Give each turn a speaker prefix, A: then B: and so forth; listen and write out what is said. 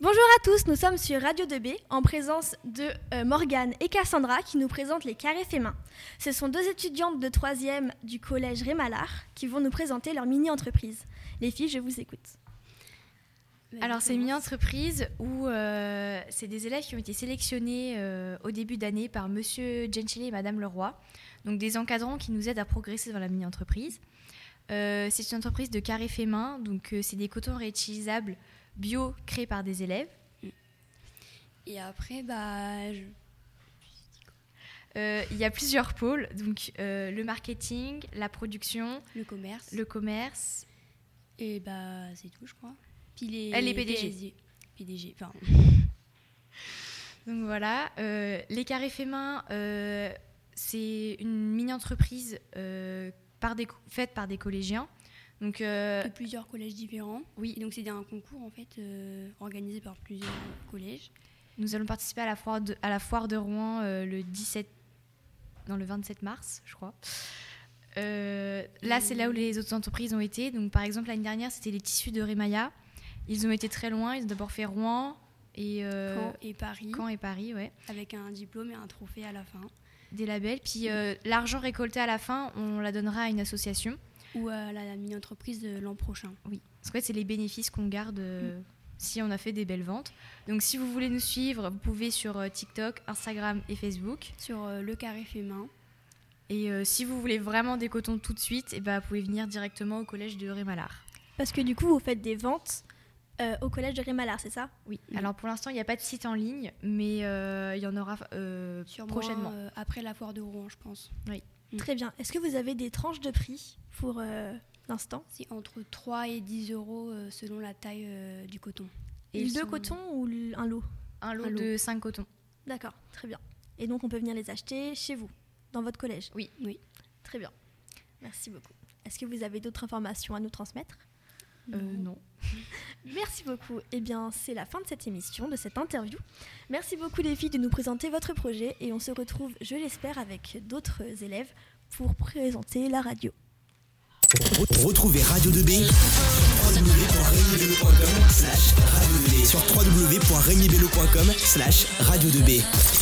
A: Bonjour à tous, nous sommes sur Radio 2B en présence de euh, Morgane et Cassandra qui nous présentent les carrés Fémins. Ce sont deux étudiantes de 3e du collège Rémalard qui vont nous présenter leur mini-entreprise. Les filles, je vous écoute.
B: Alors, c'est une mini-entreprise où euh, c'est des élèves qui ont été sélectionnés euh, au début d'année par Monsieur Gentili et Madame Leroy, donc des encadrants qui nous aident à progresser dans la mini-entreprise. Euh, c'est une entreprise de carré fait main, donc euh, c'est des cotons réutilisables bio créés par des élèves.
C: Et après, bah, je-
B: Euh, Il y a plusieurs pôles, donc euh, le marketing, la production,
C: le commerce.
B: le commerce,
C: Et bah, c'est tout, je crois. Puis les,
B: Ah, les PDG.
C: PSI. PDG, enfin,
B: Euh. Donc voilà, euh, les carrés faits main, euh, c'est une mini-entreprise euh, par des co- faite par des collégiens. Donc euh,
C: de plusieurs collèges différents.
B: oui,
C: Et donc, c'est un concours, en fait, euh, organisé par plusieurs collèges.
B: nous allons participer à la foire de, à la foire de Rouen euh, le 17, dans le 27 mars, je crois. Euh, là, c'est là où les autres entreprises ont été. Donc par exemple, l'année dernière, c'était les tissus de Remaya. Ils ont été très loin. Ils ont d'abord fait Rouen et euh,
C: Caen et Paris,
B: Caen et Paris, ouais.
C: avec un diplôme et un trophée à la fin.
B: Des labels. Puis euh, l'argent récolté à la fin, on la donnera à une association.
C: Ou à la mini-entreprise de l'an prochain.
B: Oui, parce que c'est les bénéfices qu'on garde euh, si on a fait des belles ventes. Donc si vous voulez nous suivre, vous pouvez sur euh, TikTok, Instagram et Facebook.
C: Sur euh, le carré fait main.
B: Et euh, si vous voulez vraiment des cotons tout de suite, eh ben, vous pouvez venir directement au collège de Rémalard.
A: Parce que du coup, vous faites des ventes euh, au collège de Rémalard, c'est ça
B: Oui.
C: Mm.
B: Alors pour l'instant, il n'y a pas de site en ligne, mais euh, il y en aura euh,
C: Sûrement,
B: prochainement.
C: euh, après la foire de Rouen, je pense. Mm.
A: Très bien. Est-ce que vous avez des tranches de prix pour euh, l'instant
C: C'est entre 3 et 10 euros euh, selon la taille euh, du coton.
B: Et ils
A: Deux
B: sont
A: cotons ou l- un lot
B: Un lot
C: un lot.
B: de 5 cotons.
A: D'accord, très bien. Et donc, on peut venir les acheter chez vous, dans votre collège
B: Oui.
C: Oui.
A: Très bien. Merci beaucoup. Est-ce que vous avez d'autres informations à nous transmettre
B: Euh, non.
A: Merci beaucoup. Eh bien, c'est la fin de cette émission, de cette interview. Merci beaucoup les filles de nous présenter votre projet et on se retrouve, je l'espère, avec d'autres élèves pour présenter la radio.
D: Retrouvez Radio 2B sur www.regnibello.com slash radio 2B.